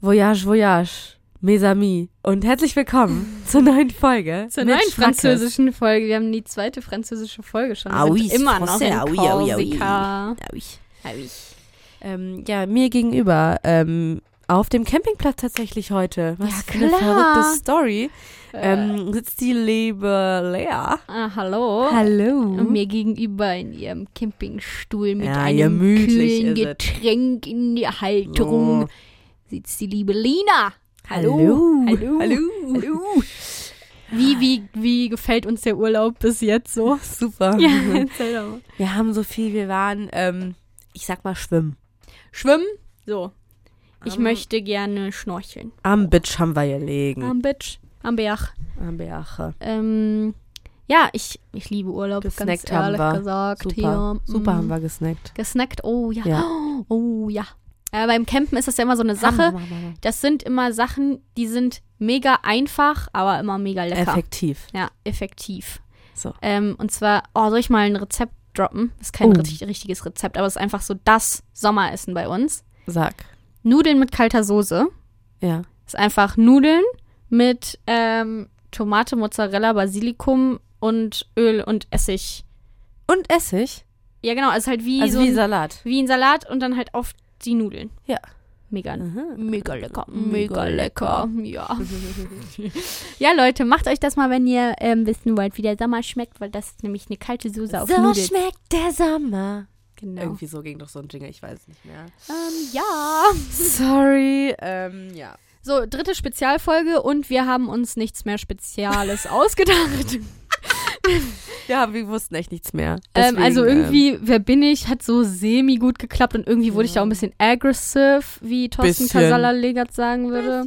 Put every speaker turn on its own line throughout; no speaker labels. Voyage, Voyage, mes amis und herzlich willkommen zur neuen Folge.
Zur
mit
neuen
Schmackes.
französischen Folge. Wir haben die zweite französische Folge schon. Wir
Ah oui,
sind immer noch
français,
in
ah oui, ah oui, ah oui.
Korsika.
Ja, ich. Ähm, ja, mir gegenüber ähm, auf dem Campingplatz tatsächlich heute. Was
Ja,
für eine
klar.
verrückte Story.
Äh,
Ähm, sitzt die liebe Lea.
ah, hallo.
Hallo.
Und mir gegenüber in ihrem Campingstuhl mit
Ja,
einem
gemütlich
kühlen
ist es.
Getränk in der Halterung
Oh.
sitzt die liebe Lina.
Hallo.
Hallo.
Hallo.
Hallo. Wie, wie, wie gefällt uns der Urlaub bis jetzt so?
Super.
Ja, erzähl doch mal.
Wir haben so viel, wir waren, ähm, ich sag mal, schwimmen.
Schwimmen? So. Ich
Am-
möchte gerne schnorcheln.
Am Bitch haben wir gelegen.
Am Bitch, am Berg.
Am Berge.
Ähm, ja, ich, ich liebe Urlaub,
Gesnackt
ganz ehrlich
haben wir.
gesagt.
Super.
Ja,
Super
mm.
haben wir gesnackt.
Gesnackt, oh ja.
Ja.
Oh ja. Äh, beim Campen ist das ja immer so eine Sache. Das sind immer Sachen, die sind mega einfach, aber immer mega lecker.
Effektiv.
Ja, effektiv.
So.
Ähm, und zwar, oh, soll ich mal ein Rezept droppen? Das ist kein
Oh.
richtig, richtiges Rezept, aber es ist einfach so das Sommeressen bei uns.
Sag.
Nudeln mit kalter Soße.
Ja.
ist einfach Nudeln mit ähm, Tomate, Mozzarella, Basilikum und Öl und Essig.
Und Essig.
Ja, genau, also halt wie,
also
so
wie
ein,
Salat.
wie ein Salat und dann halt auf die Nudeln.
Ja.
Mega.
Mhm.
Mega lecker,
Mega
mega lecker, ja. ja, Leute, macht euch das mal, wenn ihr ähm, wissen wollt, wie der Sommer schmeckt, weil das ist nämlich eine kalte Soße auf
So
Nudeln.
schmeckt der Sommer.
Genau.
Irgendwie so ging doch so ein Jingle, ich weiß nicht mehr.
Ähm, ja.
Sorry. Ähm, ja.
So, dritte Spezialfolge und wir haben uns nichts mehr Speziales ausgedacht.
Ja, wir wussten echt nichts mehr.
Ähm, also
Deswegen,
irgendwie, wer bin ich, hat so semi gut geklappt und irgendwie wurde ich da auch ein bisschen aggressiv, wie Thorsten
Mhm. Bisschen.
Kasala-Legert sagen würde.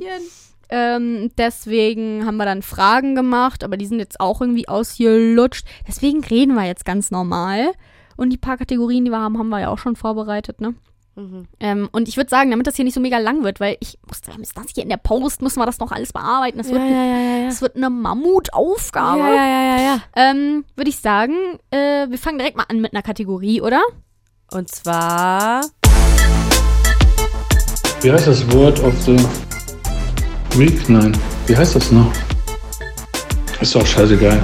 Ähm, deswegen haben wir dann Fragen gemacht, aber die sind jetzt auch irgendwie ausgelutscht. Deswegen reden wir jetzt ganz normal. Und die paar Kategorien, die wir haben, haben wir ja auch schon vorbereitet, ne?
Mhm.
Ähm, und ich würde sagen, damit das hier nicht so mega lang wird, weil ich muss, wir müssen das hier in der Post, müssen wir das noch alles bearbeiten. Das
Ja,
wird,
ja, ja, ja. ja.
Das wird eine Mammutaufgabe.
ja, ja, ja, ja.
Ähm, würde ich sagen, äh, wir fangen direkt mal an mit einer Kategorie, oder?
Und zwar.
Wie heißt das Wort of the Week? Nein. Wie heißt das noch? Ist doch scheißegal.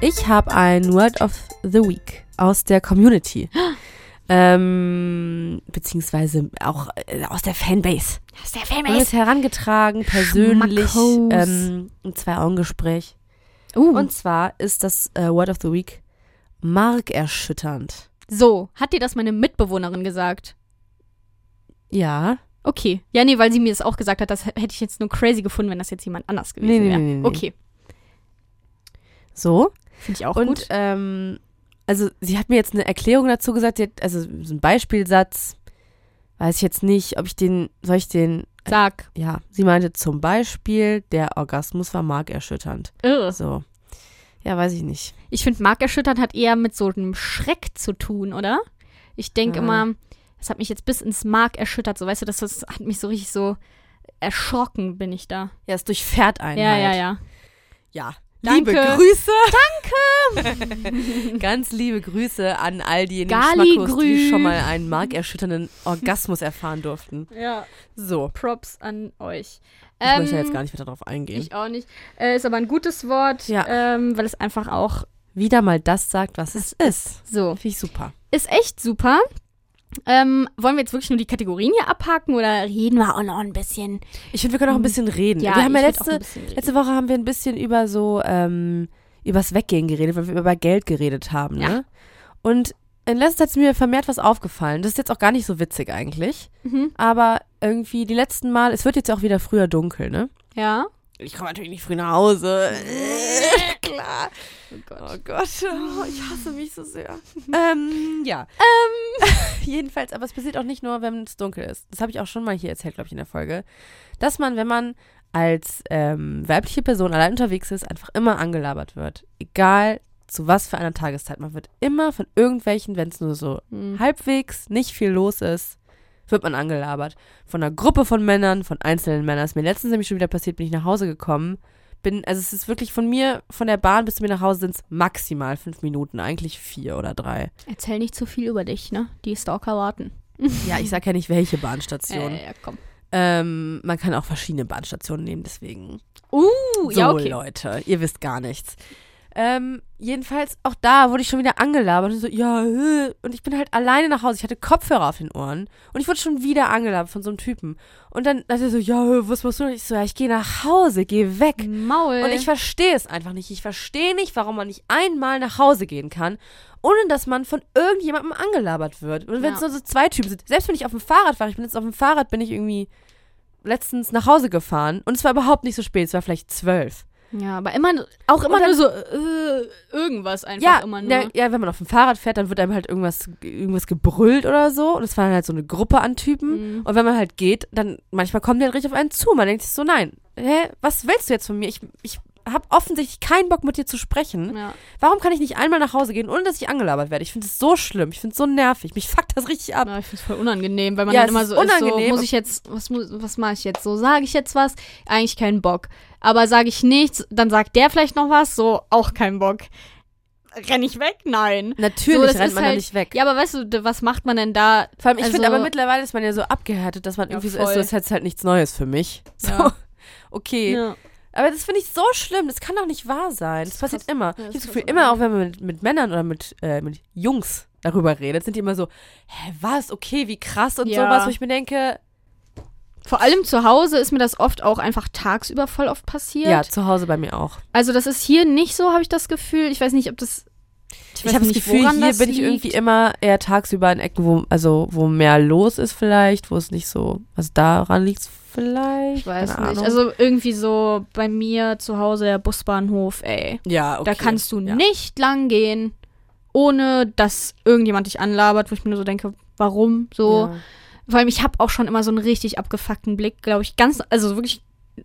Ich habe ein Word of the Week aus der Community. Ähm, beziehungsweise auch äh, aus der Fanbase.
Das ist der
Mir ist herangetragen, persönlich,
Schmackos.
ähm, im Zwei-Augen-Gespräch.
Uh.
Und zwar ist das äh, Word of the Week markerschütternd.
so, hat dir das meine Mitbewohnerin gesagt?
Ja.
Okay. Ja, nee, weil sie mir das auch gesagt hat, das h- hätte ich jetzt nur crazy gefunden, wenn das jetzt jemand anders gewesen
Nee, nee,
wäre.
nee, nee, nee.
Okay,
So.
finde ich auch
Und
gut.
Ähm, also sie hat mir jetzt eine Erklärung dazu gesagt, sie hat, also so ein Beispielsatz. Weiß ich jetzt nicht, ob ich den, soll ich den,
Sag.
ja, sie meinte zum Beispiel, der Orgasmus war markerschütternd.
Irr.
So. Ja, weiß ich nicht.
Ich finde, markerschüttert hat eher mit so einem Schreck zu tun, oder? Ich denke
Ja.
immer, das hat mich jetzt bis ins Mark erschüttert. So, weißt du, das, das hat mich so richtig so erschrocken, bin ich da.
Ja, es durchfährt einen.
Ja,
halt.
ja, ja.
Ja.
Danke.
Liebe Grüße. Danke. Ganz liebe Grüße an all diejenigen
Gali
Schmackos, die
grü.
schon mal einen markerschütternden Orgasmus erfahren durften.
Ja,
So.
Props an euch. Ähm,
Ich möchte jetzt gar nicht weiter darauf eingehen.
Ich auch nicht. Äh, ist aber ein gutes Wort,
Ja.
ähm, weil es einfach auch
Wieder mal das sagt, was es ist.
so
Finde ich super.
ist echt super. Ähm, wollen wir jetzt wirklich nur die Kategorien hier abhaken oder reden wir auch noch ein bisschen?
Ich finde, wir können auch ein bisschen reden.
Ja,
wir haben Mhm. ja
ich würd auch
letzte,
ein bisschen reden.
letzte Woche haben wir ein bisschen über so, ähm, übers Weggehen geredet, weil wir über Geld geredet haben,
Ja.
ne? Und in letzter Zeit ist mir vermehrt was aufgefallen. Das ist jetzt auch gar nicht so witzig eigentlich.
Mhm.
Aber irgendwie die letzten Mal, es wird jetzt ja auch wieder früher dunkel, ne?
Ja.
Ich komme natürlich nicht früh nach Hause. Klar.
Oh
Oh
Gott.
Gott, oh, ich hasse mich so sehr. ähm, ja. Jedenfalls, aber es passiert auch nicht nur, wenn es dunkel ist. Das habe ich auch schon mal hier erzählt, glaube ich, in der Folge. Dass man, wenn man als ähm, weibliche Person allein unterwegs ist, einfach immer angelabert wird. Egal zu was für einer Tageszeit. Man wird immer von irgendwelchen, wenn es nur so
Hm.
halbwegs nicht viel los ist, wird man angelabert. Von einer Gruppe von Männern, von einzelnen Männern. Ist mir letztens nämlich schon wieder passiert, bin ich nach Hause gekommen. Bin, also es ist wirklich von mir, von der Bahn bis zu mir nach Hause sind es maximal fünf Minuten, eigentlich vier oder drei.
Erzähl nicht zu viel über dich, ne? Die Stalker warten.
Ja, ich sage ja nicht, welche Bahnstation.
Äh, ja, komm.
Ähm, man kann auch verschiedene Bahnstationen nehmen, deswegen.
Uh,
So,
ja, okay.
Leute, ihr wisst gar nichts. Ähm, jedenfalls, auch da wurde ich schon wieder angelabert. Und so, ja, äh. und ich bin halt alleine nach Hause. Ich hatte Kopfhörer auf den Ohren. Und ich wurde schon wieder angelabert von so einem Typen. Und dann hat er so, ja, äh, was machst du? Und ich so, ja, ich gehe nach Hause, geh weg.
Maul.
Und ich verstehe es einfach nicht. Ich verstehe nicht, warum man nicht einmal nach Hause gehen kann, ohne dass man von irgendjemandem angelabert wird. Und wenn es
Ja.
nur so zwei Typen sind, selbst wenn ich auf dem Fahrrad fahre, ich bin jetzt auf dem Fahrrad, bin ich irgendwie letztens nach Hause gefahren und es war überhaupt nicht so spät, es war vielleicht zwölf.
ja, aber immer, auch immer
Und dann-
nur so, äh, irgendwas einfach
Ja,
immer nur.
na, ja, wenn man auf dem Fahrrad fährt, dann wird einem halt irgendwas, irgendwas gebrüllt oder so. Und es war dann halt so eine Gruppe an Typen.
Mhm.
Und wenn man halt geht, dann manchmal kommen die halt richtig auf einen zu. Man denkt sich so, nein, hä, was willst du jetzt von mir? Ich, ich habe offensichtlich keinen Bock mit dir zu sprechen.
ja.
Warum kann ich nicht einmal nach Hause gehen, ohne dass ich angelabert werde? Ich finde es so schlimm. Ich finde es so nervig. Mich fuckt das richtig ab.
Ja, ich finde es voll unangenehm, weil man
Ja, es
dann immer
ist
so ist,
unangenehm.
so, muss ich jetzt, was, mu- was mache ich jetzt so? Sage ich jetzt was? Eigentlich keinen Bock. Aber sage ich nichts, dann sagt der vielleicht noch was, so auch keinen Bock. Renn ich weg? Nein. So,
Natürlich
das
rennt
ist
man da
halt-
nicht weg.
Ja, aber weißt du, d- was macht man denn da?
Vor allem, ich finde
also-
aber mittlerweile ist man ja so abgehärtet, dass man
Ja,
irgendwie so
voll.
ist, so, das ist halt nichts Neues für mich. So.
Ja.
Okay. Aber das finde ich so schlimm. Das kann doch nicht wahr sein. Das,
Das ist
passiert
krass.
immer.
Ja, das
ich habe das
ist
Gefühl,
krass
immer auch wenn man mit, mit Männern oder mit, äh, mit Jungs darüber redet, sind die immer so, hä, was? Okay, wie krass und
Ja.
sowas, wo ich mir denke,
Vor allem zu Hause ist mir das oft auch einfach tagsüber voll oft passiert.
ja, zu Hause bei mir auch.
Also das ist hier nicht so, habe ich das Gefühl. Ich weiß nicht, ob das.
Ich,
weiß
habe das
nicht,
Gefühl,
woran
hier
das
bin ich
liegt.
irgendwie immer eher tagsüber in Ecken, wo, also, wo mehr los ist vielleicht, wo es nicht so, also daran liegt es vielleicht.
Ich weiß
keine
nicht.
Ahnung.
Also irgendwie so bei mir zu Hause der Busbahnhof, ey.
ja, okay.
Da kannst du
ja.
nicht lang gehen, ohne dass irgendjemand dich anlabert, wo ich mir nur so denke, warum so?
Ja.
Vor allem, ich habe auch schon immer so einen richtig abgefuckten Blick, glaube ich, ganz, also wirklich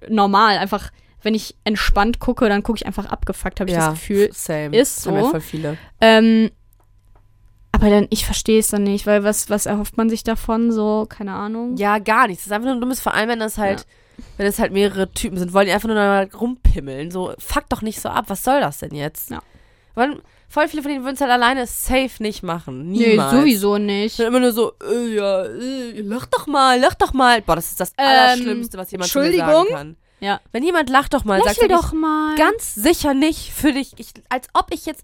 normal, einfach, wenn ich entspannt gucke, dann gucke ich einfach abgefuckt, habe ich
ja,
das Gefühl.
same.
ist
Das haben ja
so.
voll viele.
Ähm, aber dann, ich verstehe es dann nicht, weil was, was erhofft man sich davon, so, keine Ahnung.
Ja, gar nichts. Das ist einfach nur ein dummes Verein, wenn das halt, wenn es halt mehrere Typen sind, wollen die einfach nur da rumpimmeln. So, fuck doch nicht so ab. Was soll das denn jetzt?
Ja.
Wollen, voll viele von denen würden es halt alleine safe nicht machen.
nee,
Niemals.
sowieso nicht.
Dann immer nur so, äh, ja, äh, lach doch mal, lach doch mal. Boah, das ist das
Ähm,
Allerschlimmste, was jemand zu mir sagen
Entschuldigung?
kann.
Ja.
Wenn jemand lacht doch mal,
Lächel
sagt
doch mal.
ich ganz sicher nicht für dich. Ich, als ob ich jetzt.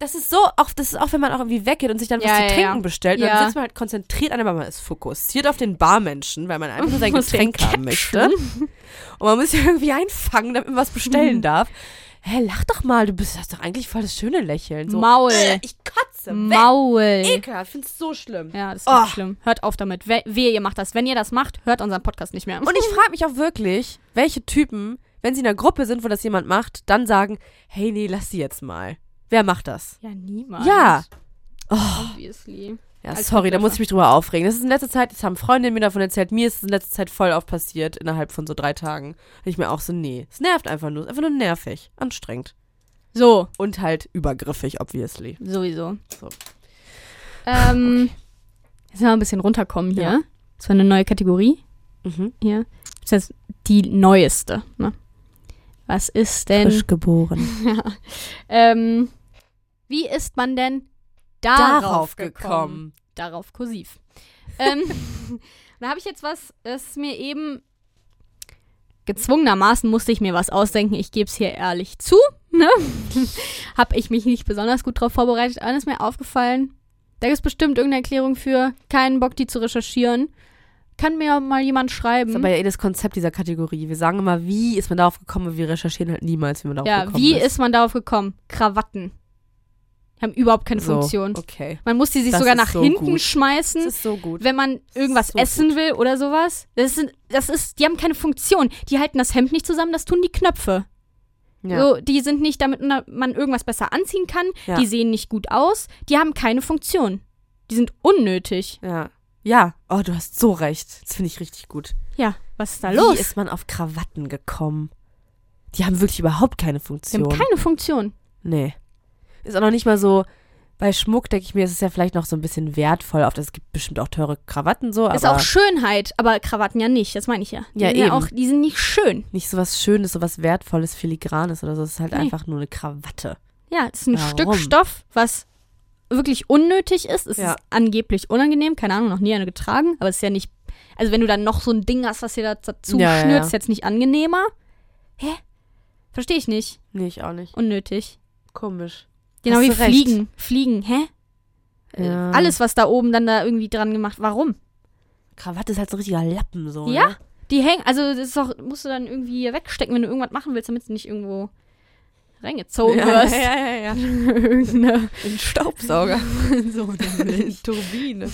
Das ist so, auch, das ist auch, wenn man auch irgendwie weggeht und sich dann was
Ja,
zu
ja,
trinken
ja.
bestellt. Und dann
Ja.
sitzt man halt konzentriert an der Bar, man ist fokussiert auf den Barmenschen, weil man einfach nur sein
Muss den
Getränk haben möchte. Und man muss sich irgendwie einfangen, damit man was bestellen darf. Hä, lach doch mal, du bist, hast doch eigentlich voll das schöne Lächeln. So,
Maul.
äh, ich kotze. weg.
Maul.
Ekelhaft, ich find's so schlimm.
Ja, das ist
Oh.
ganz schlimm. Hört auf damit. We wehe, ihr macht das. Wenn ihr das macht, hört unseren Podcast nicht mehr.
Und ich frage mich auch wirklich, welche Typen, wenn sie in einer Gruppe sind, wo das jemand macht, dann sagen, hey, nee, lass sie jetzt mal. Wer macht das?
ja, niemand.
Ja. Oh.
Obviously.
Ja,
Als
sorry, da muss ich
Verkäufer.
mich drüber aufregen. Das ist in letzter Zeit, das haben Freundinnen mir davon erzählt, mir ist es in letzter Zeit voll oft passiert, innerhalb von so drei Tagen. Und ich mir auch so, nee, es nervt einfach nur, ist einfach nur nervig, anstrengend.
So,
Und halt übergriffig, obviously.
sowieso.
So.
Ähm, Jetzt mal ein bisschen runterkommen hier.
Ja.
Das war eine neue Kategorie
Mhm.
hier. Das heißt, die neueste. Ne? Was ist denn.
Frisch geboren.
Ähm, wie ist man denn darauf,
Darauf
gekommen?
gekommen.
darauf kursiv. ähm, da habe ich jetzt was, das ist mir eben gezwungenermaßen musste ich mir was ausdenken. Ich gebe es hier ehrlich zu. Ne? habe ich mich nicht besonders gut drauf vorbereitet. Alles ist mir aufgefallen. Da gibt es bestimmt irgendeine Erklärung für. Keinen Bock, die zu recherchieren. Kann mir mal jemand schreiben.
Das ist aber ja eh das Konzept dieser Kategorie. Wir sagen immer, wie ist man darauf gekommen, und wir recherchieren halt niemals, wie man darauf
ja,
gekommen
wie
ist.
ist man darauf gekommen? Krawatten. Haben überhaupt keine Funktion.
So, okay.
Man muss die sich
Das
sogar
ist
nach
so
hinten
gut.
schmeißen.
Das ist so gut.
wenn man irgendwas
So
essen will oder sowas. Das sind, das ist, die haben keine Funktion. Die halten das Hemd nicht zusammen, das tun die Knöpfe.
Ja.
So, die sind nicht, damit na- man irgendwas besser anziehen kann.
Ja.
Die sehen nicht gut aus. Die haben keine Funktion. Die sind unnötig.
Ja. Ja, oh, du hast so recht. Das finde ich richtig gut.
Ja, was ist da
Wie
los?
ist man auf Krawatten gekommen? Die haben wirklich überhaupt keine
Die haben
Funktion.
keine Funktion.
nee. Ist auch noch nicht mal so, bei Schmuck denke ich mir, ist es ja vielleicht noch so ein bisschen wertvoll. Auf das es gibt bestimmt auch teure Krawatten so, aber
ist auch Schönheit, aber Krawatten ja nicht, das meine ich ja. Die
Ja,
sind
eben.
ja auch, die sind nicht schön.
nicht so was Schönes, so was Wertvolles, Filigranes oder so. Es ist halt
Nee.
einfach nur eine Krawatte.
Ja, das ist ein
Warum?
Stück Stoff, was wirklich unnötig ist. Es
Ja.
ist angeblich unangenehm, keine Ahnung, noch nie eine getragen, aber es ist ja nicht. Also wenn du dann noch so ein Ding hast, was dir da dazu
Ja, ja,
schnürt,
ja.
ist jetzt nicht angenehmer. Hä? Verstehe ich nicht.
Nee, ich auch nicht.
Unnötig.
Komisch.
Genau
Hast
wie
du recht.
Fliegen. Fliegen, hä? Äh,
Ja.
Alles, was da oben dann da irgendwie dran gemacht, warum?
Krawatte ist halt so ein richtiger Lappen so.
Ja.
Ne?
Die hängen, also das ist doch, musst du dann irgendwie hier wegstecken, wenn du irgendwas machen willst, damit du nicht irgendwo reingezogen
Ja,
wirst.
ja, ja, ja.
Irgendeine
Ein Staubsauger.
so
Eine
nämlich.
Turbine.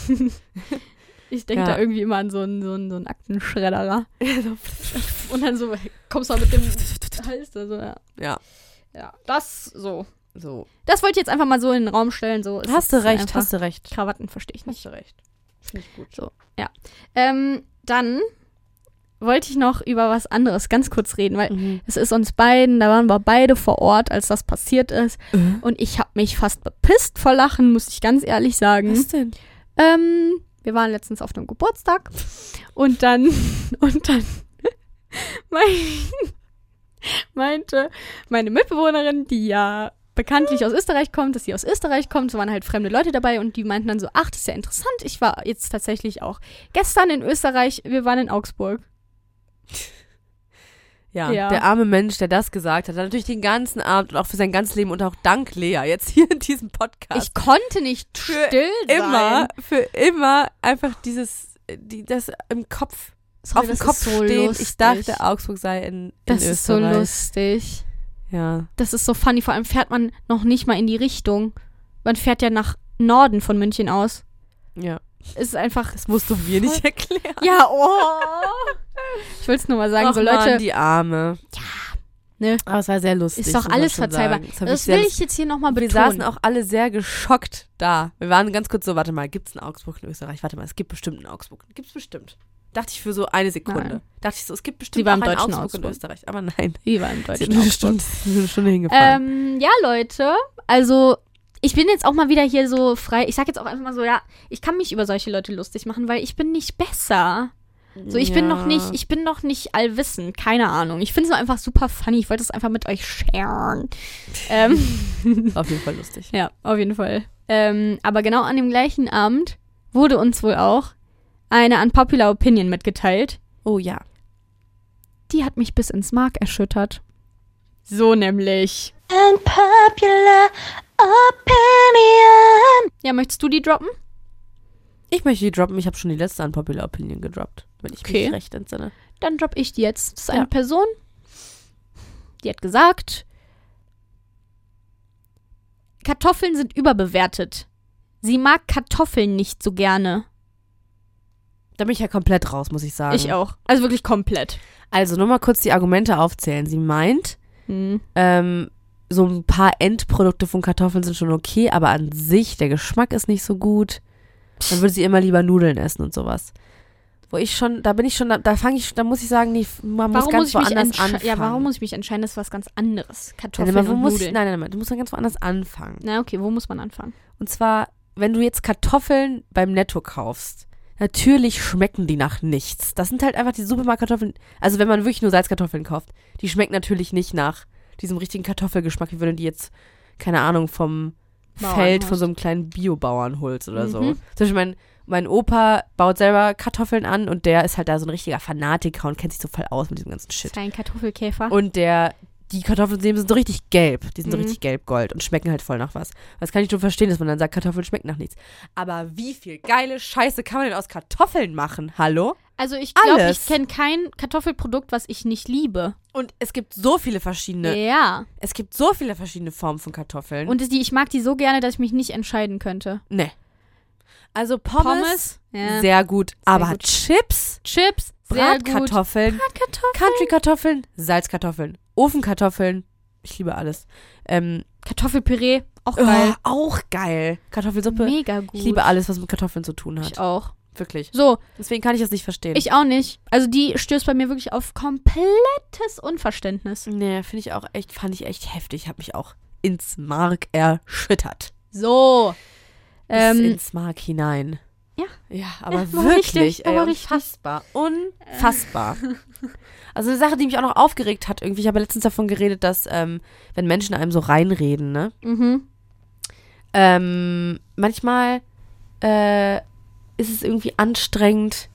Ich denke
Ja.
da irgendwie immer an so einen, so einen, so einen Aktenschredderer. Und dann so, kommst du mal mit dem Hals da so, ja.
Ja.
Ja, das so.
So.
Das wollte ich jetzt einfach mal so in den Raum stellen. So, es
Hast du
ist
recht,
einfach-
hast du recht.
Krawatten verstehe ich nicht.
du recht. Finde ich gut.
Ähm, dann wollte ich noch über was anderes ganz kurz reden, weil
Mhm.
es ist uns beiden, da waren wir beide vor Ort, als das passiert ist.
Äh?
Und ich habe mich fast bepisst vor Lachen, muss ich ganz ehrlich sagen.
Was denn?
Ähm, wir waren letztens auf einem Geburtstag und dann, und dann mein, meinte meine Mitbewohnerin, die ja bekanntlich aus Österreich kommt, dass sie aus Österreich kommt, so waren halt fremde Leute dabei und die meinten dann so, ach, das ist ja interessant, ich war jetzt tatsächlich auch gestern in Österreich, wir waren in Augsburg.
Ja,
Ja.
der arme Mensch, der das gesagt hat, hat natürlich den ganzen Abend und auch für sein ganzes Leben und auch dank Lea jetzt hier in diesem Podcast
Ich konnte nicht
Für
still sein.
immer, für immer einfach dieses, die, das im Kopf,
Sorry,
auf dem
das
Kopf
ist so
stehen. Ich
lustig.
dachte, Augsburg sei in, in
ah, das ist so
Österreich.
lustig.
Ja,
Das ist so funny. Vor allem fährt man noch nicht mal in die Richtung. Man fährt ja nach Norden von München aus.
ja.
Es ist einfach.
Das musst du mir nicht erklären.
Ja, oh. Ich will es nur mal sagen.
Ach
so, Leute,
Mann, die Arme.
Ne.
Aber es war sehr lustig.
ist doch
muss man
alles
schon
verzeihbar.
sagen. Das,
Das,
hab ich sehr
will
lustig-
ich jetzt hier nochmal
Wir
betonen.
saßen auch alle sehr geschockt da. Wir waren ganz kurz so, warte mal, gibt es in Augsburg in Österreich? Warte mal, es gibt bestimmt in Augsburg. Gibt es bestimmt. Dachte ich für so eine Sekunde.
Nein.
Dachte ich so, es gibt bestimmt
war im
auch einen
deutschen
Augsburg, in
Augsburg.
Österreich. Aber nein.
Die waren in
Sie
Deutschland.
sind eine Stunde, sie sind eine Stunde hingefahren.
Ähm, ja, Leute. Also, ich bin jetzt auch mal wieder hier so frei. Ich sag jetzt auch einfach mal so, ja, ich kann mich über solche Leute lustig machen, weil ich bin nicht besser.
Ähm,
So, ich bin noch
Ja.
nicht, ich bin noch nicht allwissend, keine Ahnung. Ich finde es nur einfach super funny. Ich wollte es einfach mit euch sharen. ähm,
Auf jeden Fall lustig.
ja, auf jeden Fall. Ähm, aber genau an dem gleichen Abend wurde uns wohl auch eine unpopular Opinion mitgeteilt.
Oh ja.
Die hat mich bis ins Mark erschüttert. So nämlich.
unpopular opinion.
Ja, möchtest du die droppen?
Ich möchte die droppen. Ich habe schon die letzte Unpopular Opinion gedroppt, wenn ich
Okay.
mich recht entsinne.
Dann droppe ich die jetzt. Das ist
Ja.
eine Person, die hat gesagt, Kartoffeln sind überbewertet. Sie mag Kartoffeln nicht so gerne.
Da bin ich ja komplett raus, muss ich sagen.
Ich auch. Also wirklich komplett.
Also nur mal kurz die Argumente aufzählen. Sie meint,
Hm.
ähm, so ein paar Endprodukte von Kartoffeln sind schon okay, aber an sich, der Geschmack ist nicht so gut. Dann würde sie immer lieber Nudeln essen und sowas. Wo ich schon, da bin ich schon, da, da fange ich, da muss ich sagen, nee, man muss
Warum muss
ganz
ich mich
woanders
entscheiden?
anfangen.
Ja, warum muss ich mich entscheiden? Das ist was ganz anderes. Kartoffeln
nein, aber wo
und
muss ich,
Nudeln.
nein, nein, nein, du musst dann ganz woanders anfangen.
Na okay, wo muss man anfangen?
Und zwar, wenn du jetzt Kartoffeln beim Netto kaufst, natürlich schmecken die nach nichts. Das sind halt einfach die Supermarktkartoffeln. Also wenn man wirklich nur Salzkartoffeln kauft, die schmecken natürlich nicht nach diesem richtigen Kartoffelgeschmack, wie wenn du die jetzt, keine Ahnung, vom
Bauern
Feld von
holst.
so einem kleinen Biobauern holst oder so.
Mhm.
Zum Beispiel mein, mein Opa baut selber Kartoffeln an und der ist halt da so ein richtiger Fanatiker und kennt sich so voll aus mit diesem ganzen Shit.
Kleinen Kartoffelkäfer.
Und der, die Kartoffeln sind so richtig gelb. Die sind so
Mhm.
richtig gelb-gold und schmecken halt voll nach was. Das kann ich schon verstehen, dass man dann sagt, Kartoffeln schmecken nach nichts. Aber wie viel geile Scheiße kann man denn aus Kartoffeln machen? Hallo?
also ich glaube, ich
Alles.
kenne kein Kartoffelprodukt, was ich nicht liebe.
Und es gibt so viele verschiedene,
Ja.
es gibt so viele verschiedene Formen von Kartoffeln.
Und die, ich mag die so gerne, dass ich mich nicht entscheiden könnte.
ne. Also Pommes,
Ja.
sehr gut. aber
gut.
Chips,
Chips, sehr gut.
Bratkartoffeln,
Bratkartoffeln.
Countrykartoffeln, Salzkartoffeln, Ofenkartoffeln. Ich liebe alles. Ähm,
Kartoffelpüree, auch
oh,
geil.
auch geil. Kartoffelsuppe.
Mega gut.
Ich liebe alles, was mit Kartoffeln zu tun hat.
Ich auch.
Wirklich.
So,
Deswegen kann ich das nicht verstehen.
ich auch nicht. Also die stößt bei mir wirklich auf komplettes Unverständnis.
nee, finde ich auch echt, fand ich echt heftig. Hab mich auch ins Mark erschüttert.
So.
Bis
Ähm,
ins Mark hinein.
Ja.
Ja, aber
Ja, war
wirklich.
richtig,
ey,
aber richtig. Äh.
unfassbar. Unfassbar. also eine Sache, die mich auch noch aufgeregt hat irgendwie. Ich habe letztens davon geredet, dass, ähm, wenn Menschen einem so reinreden, ne?
mhm.
Ähm, manchmal äh, ist es irgendwie anstrengend,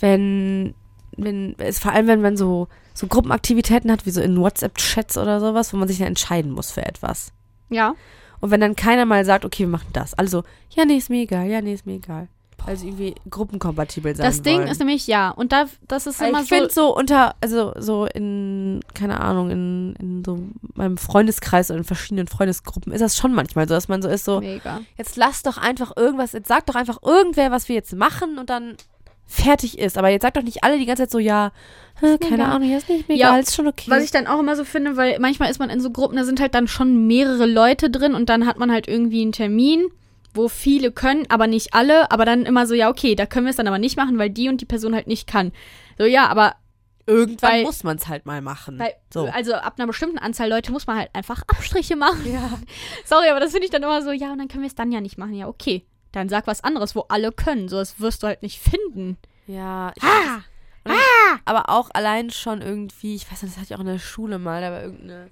wenn, wenn es, vor allem wenn man so, so Gruppenaktivitäten hat, wie so in WhatsApp-Chats oder sowas, wo man sich dann entscheiden muss für etwas.
Ja.
Und wenn dann keiner mal sagt, okay, wir machen das. Also, ja, nee, ist mir egal, ja, nee, ist mir egal. Also irgendwie gruppenkompatibel sein
Das Ding
wollen.
ist nämlich, ja. Und da, das ist
Weil
immer
ich
so.
finde so unter, also so in, keine Ahnung, in, in so meinem Freundeskreis oder in verschiedenen Freundesgruppen ist das schon manchmal so, dass man so ist, so,
Mega.
jetzt lass doch einfach irgendwas, jetzt sagt doch einfach irgendwer, was wir jetzt machen und dann fertig ist. Aber jetzt sagt doch nicht alle die ganze Zeit so, ja, hä,
mir
keine
egal.
Ahnung, ja, ist nicht mir
Ja,
egal, ist schon okay.
Was ich dann auch immer so finde, weil manchmal ist man in so Gruppen, da sind halt dann schon mehrere Leute drin und dann hat man halt irgendwie einen Termin, wo viele können, aber nicht alle, aber dann immer so, ja, okay, da können wir es dann aber nicht machen, weil die und die Person halt nicht kann. So, ja, aber
Irgendwann
bei-
muss man es halt mal machen.
bei,
so.
also ab einer bestimmten Anzahl Leute muss man halt einfach Abstriche machen. Sorry, aber das finde ich dann immer so, ja, und dann können wir es dann ja nicht machen. Ja, okay. Dann sag was anderes, wo alle können. So, das wirst du halt nicht finden.
Ja, ich
Ah!
aber auch allein schon irgendwie, ich weiß nicht, das hatte ich auch in der Schule mal, da war irgendeine,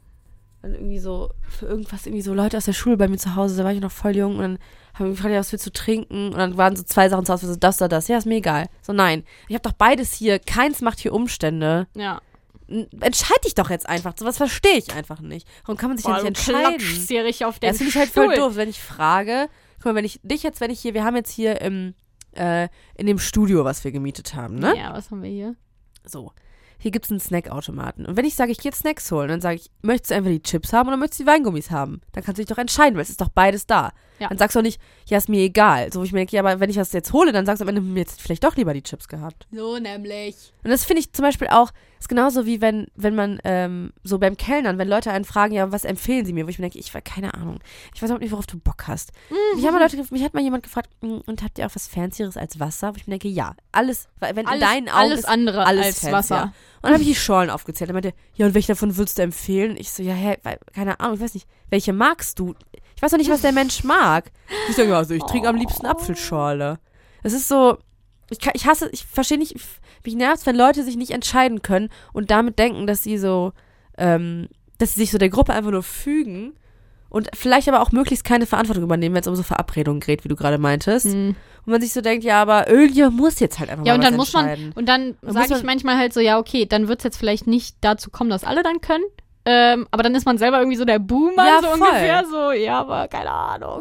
dann irgendwie so, für irgendwas irgendwie so Leute aus der Schule bei mir zu Hause, da war ich noch voll jung und dann haben wir gefragt, ja, was willst du trinken? Und dann waren so zwei Sachen zu Hause, so das oder das, ja, ist mir egal. So, nein, ich habe doch beides hier, keins macht hier Umstände.
Ja.
N- Entscheid dich doch jetzt einfach, sowas verstehe ich einfach nicht. Warum kann man sich ja
du
nicht entscheiden?
klatschst hier richtig auf den
Das finde ich halt
Stuhl.
voll doof, wenn ich frage. Guck mal, wenn ich dich jetzt, wenn ich hier, wir haben jetzt hier im, äh, in dem Studio, was wir gemietet haben, ne?
Ja, was haben wir hier?
So. Hier gibt es einen Snackautomaten. Und wenn ich sage, ich gehe jetzt Snacks holen, dann sage ich, möchtest du einfach die Chips haben oder möchtest du die Weingummis haben? Dann kannst du dich doch entscheiden, weil es ist doch beides da.
Ja.
Dann sagst du doch nicht, ja, ist mir egal. So, wo ich mir denke, ja, aber wenn ich das jetzt hole, dann sagst du am Ende, hm, jetzt hätte ich vielleicht doch lieber die Chips gehabt.
So nämlich.
Und das finde ich zum Beispiel auch, ist genauso wie wenn, wenn man, ähm, so beim Kellnern, wenn Leute einen fragen, ja, was empfehlen sie mir? Wo ich mir denke, ich weiß keine Ahnung. Ich weiß überhaupt nicht, worauf du Bock hast.
Mhm.
Mich, haben mal Leute, gef- mich hat mal jemand gefragt, "Mm, und habt ihr auch was Fancyeres als Wasser? Wo ich mir denke, ja. Alles, weil wenn in
Alles,
deinen Augen
alles
ist
andere
alles
als
Fans,
Wasser.
ja. Und dann habe ich die Schorlen aufgezählt. Er meinte, ja, und welche davon würdest du empfehlen? Ich so, ja, hä, weil- keine Ahnung, ich weiß nicht. Welche magst du? Ich weiß doch nicht, was der Mensch mag. Ich sage, ja, also ich trinke am
Oh.
liebsten Apfelschorle. Es ist so, ich, kann, ich hasse, ich verstehe nicht, ich- mich nervt, wenn Leute sich nicht entscheiden können und damit denken, dass sie so, ähm, dass sie sich so der Gruppe einfach nur fügen und vielleicht aber auch möglichst keine Verantwortung übernehmen, wenn es um so Verabredungen geht, wie du gerade meintest.
Mhm.
Und man sich so denkt, ja, aber irgendjemand muss jetzt halt einfach
Ja,
mal
und
was
dann muss
entscheiden.
man, und dann
Dann muss
sage ich
man-
manchmal halt so, ja, okay, dann wird es jetzt vielleicht nicht dazu kommen, dass alle dann können. Ähm, aber dann ist man selber irgendwie so der Boomer,
Ja,
so
voll.
ungefähr, so, ja, aber keine Ahnung.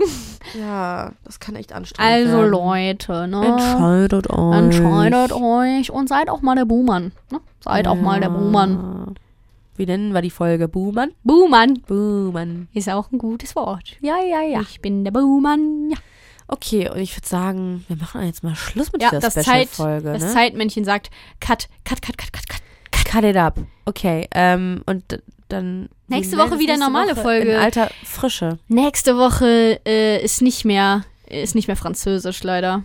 Ja, das kann echt anstrengend
Also
werden.
Leute, ne?
Entscheidet euch.
Entscheidet euch und seid auch mal der Buhmann. Ne? Seid auch mal der Buhmann.
Wie nennen wir die Folge? Buhmann?
Buhmann
Buhmann.
ist ja auch ein gutes Wort.
Ja, ja, ja.
Ich bin der Buhmann. Ja,
Okay, und ich würde sagen, wir machen jetzt mal Schluss mit
ja
dieser
das, Zeit,
Special-Folge.
das
ne?
Zeitmännchen sagt Cut, Cut, Cut, Cut, Cut, Cut.
Cut it up. Okay, ähm, und d- dann. wir
Nächste
melden
Woche
uns
wieder normale Folge.
In alter Frische.
Nächste Woche äh, ist nicht mehr ist nicht mehr französisch leider.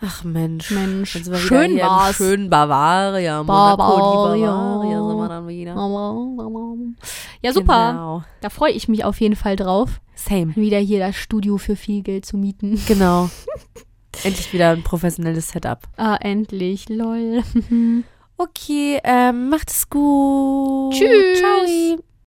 Ach Mensch.
Mensch,
Dann sind wir wieder
schön
hier im
war's.
Schön Bavaria. Monaco, die
Bavaria.
Bavaria sind wir dann wieder.
Ja, super.
Genau.
Da freue ich mich auf jeden Fall drauf,
Same.
wieder hier das Studio für viel Geld zu mieten.
Genau. Endlich wieder ein professionelles Setup.
Ah, endlich. Lol.
Okay, ähm, macht es gut.
Tschüss.
Ciao.